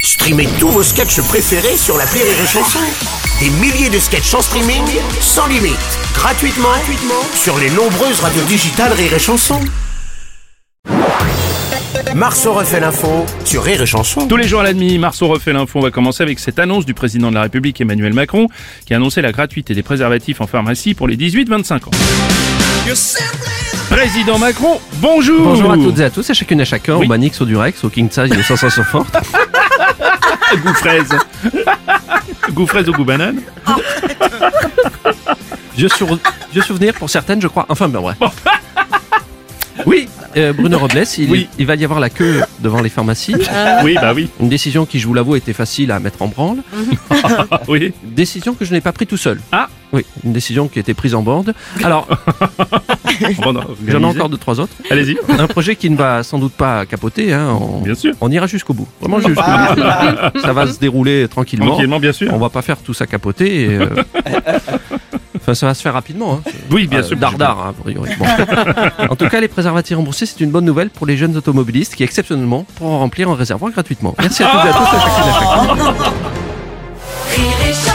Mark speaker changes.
Speaker 1: Streamez tous vos sketchs préférés sur la Rire et Chanson. Des milliers de sketchs en streaming, sans limite, gratuitement, gratuitement sur les nombreuses radios digitales Rire et Chanson. Marceau refait l'info sur Rire et Chanson.
Speaker 2: Tous les jours à la demi, Marceau refait l'info. On va commencer avec cette annonce du président de la République Emmanuel Macron qui a annoncé la gratuité des préservatifs en pharmacie pour les 18-25 ans. Président Macron, bonjour
Speaker 3: Bonjour à toutes et à tous, à chacune et à chacun, au Manix, au Durex, au King Size et au 560
Speaker 2: Goût fraise Goût fraise au goût banane
Speaker 3: Vieux, sur... Vieux souvenir pour certaines, je crois. Enfin, ben ouais. Oui, euh, Bruno Robles, il,
Speaker 2: Oui.
Speaker 3: il va y avoir la queue devant les pharmacies.
Speaker 2: Oui, bah oui,
Speaker 3: Une décision qui, je vous l'avoue, était facile à mettre en branle.
Speaker 2: Ah, oui.
Speaker 3: Décision que je n'ai pas prise tout seul.
Speaker 2: Ah.
Speaker 3: Oui, une décision qui a été prise en bande. Alors,
Speaker 2: Bon, non,
Speaker 3: j'en ai
Speaker 2: organisé.
Speaker 3: encore deux, trois autres.
Speaker 2: Allez-y,
Speaker 3: Un projet qui ne va sans doute pas capoter. hein, on...
Speaker 2: bien sûr. Ah.
Speaker 3: on ira jusqu'au bout. Vraiment jusqu'au bout. Ça va se dérouler tranquillement.
Speaker 2: Tranquillement, bien sûr.
Speaker 3: On va pas faire tout ça capoter. et, euh, enfin, ça va se faire rapidement. Hein.
Speaker 2: Oui, bien sûr.
Speaker 3: Dardard, hein, a priori. Bon. en tout cas, les préservatifs remboursés, c'est une bonne nouvelle pour les jeunes automobilistes qui, exceptionnellement, pourront remplir un réservoir gratuitement. Merci à toutes et à tous, à chacune et à chacun.
Speaker 4: Rire et chanson.